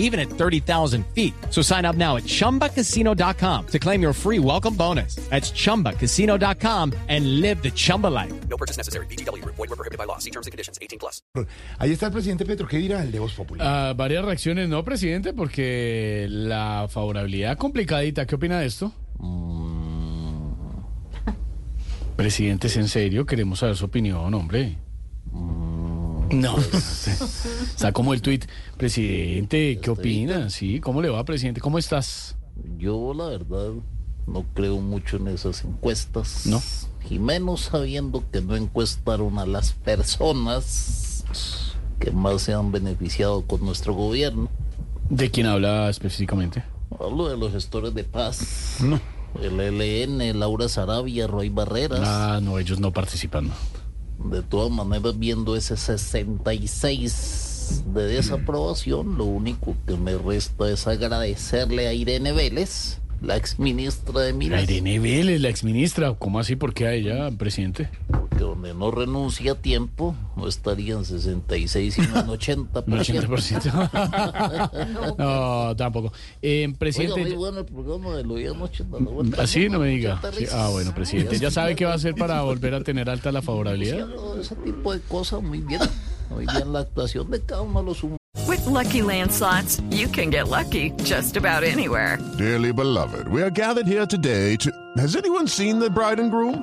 even at 30,000 feet. So sign up now at ChumbaCasino.com to claim your free welcome bonus. That's ChumbaCasino.com and live the Chumba life. No purchase necessary. BGW. Void were prohibited by law. See terms and conditions. 18 plus. Ahí está el presidente Petro. ¿Qué dirá el de Voz Popular? Ah, varias reacciones, ¿no, presidente? Porque la favorabilidad complicadita. ¿Qué opina de esto? Presidente, ¿es en serio? Queremos saber su opinión, hombre. No. Está como el tuit. Presidente, ¿qué opina? Sí, ¿cómo le va, presidente? ¿Cómo estás? Yo la verdad no creo mucho en esas encuestas. No. Y menos sabiendo que no encuestaron a las personas que más se han beneficiado con nuestro gobierno. ¿De quién habla específicamente? Hablo de los gestores de paz. El LN, Laura Sarabia, Roy Barreras. Ah, no, ellos no participan. ¿no? De todas maneras, viendo ese 66 de desaprobación, lo único que me resta es agradecerle a Irene Vélez, la exministra de La Minas. Irene Vélez, la exministra. ¿Cómo así? ¿Por qué a ella, presidente? que donde no renuncia a tiempo, no estaría en 66, sino en 80%. Un 80%. no, tampoco. Eh, Oiga, presidente, muy bueno el programa de lo de anoche. dando vueltas. Mm, así no me diga. Ochenta Sí, veces. ah, bueno, presidente, ya sabe qué va a hacer para volver a tener alta la favorabilidad. Todo Ese tipo de cosas, muy bien. Muy bien la actuación de cada uno de los With Lucky Land slots, you can get lucky just about anywhere. Dearly beloved, we are gathered here today to. Has anyone seen the bride and groom?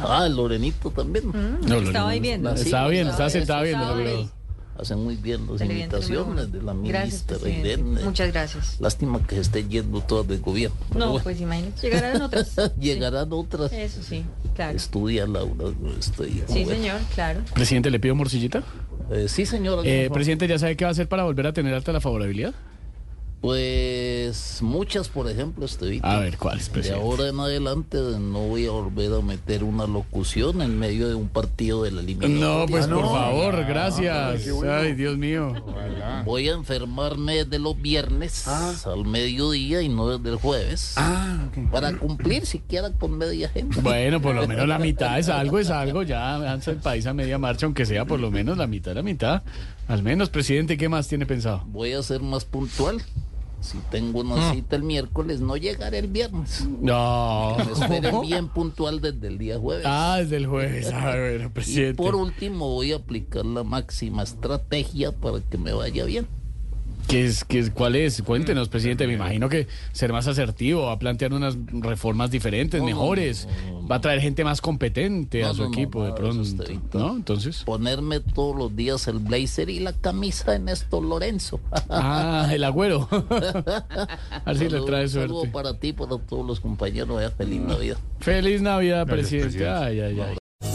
ah, el Lorenito también. No, estaba ahí viendo. Estaba bien, estaba sentado viendo. lo que- Hacen muy bien las invitaciones de la ministra Irene. Muchas gracias. Lástima que se estén yendo todas del gobierno. pero No, bueno. pues imagínate. Llegarán otras. Llegarán otras. Eso sí, claro. Estudia Laura. Estoy, Sí, señor, claro. Presidente, ¿le pido morcillita? Eh, sí, señora. por Eh, favor. presidente, ¿ya sabe qué va a hacer para volver a tener alta la favorabilidad? Pues muchas, por ejemplo, Estevita. A ver, ¿cuál es, De Ah, presidente? ahora en adelante no voy a volver a meter una locución en medio de un partido de la eliminatoria. No, pues por favor, gracias. Ay, Dios mío. Voy a enfermarme desde los viernes Ah. al mediodía y no desde el jueves. Para cumplir siquiera con media gente. Bueno, por lo menos la mitad es algo, es algo. Ya avanza el país a media marcha, aunque sea por lo menos la mitad, la mitad. Al menos, presidente, ¿qué más tiene pensado? Voy a ser más puntual. Si tengo Mm. una cita el miércoles, no llegaré el viernes. No. Me esperen bien puntual desde el día jueves. Ah, desde el jueves. A ver, y presidente. por último, voy a aplicar la máxima estrategia para que me vaya bien. ¿Qué es, qué es- ¿Cuál es? Cuéntenos, presidente. Me imagino que ser más asertivo, va a plantear unas reformas diferentes, mejores. Va a traer gente más competente No, a su no, no, equipo, de nada de eso, pronto. Estevito. ¿No? Entonces. Ponerme todos los días el blazer y la camisa de Néstor Lorenzo. Ah, el agüero. A ver si le trae Un saludo suerte. Mm. para ti, para todos los compañeros. Vaya, feliz Navidad. Feliz Navidad, presidente. Ay, ay, ay.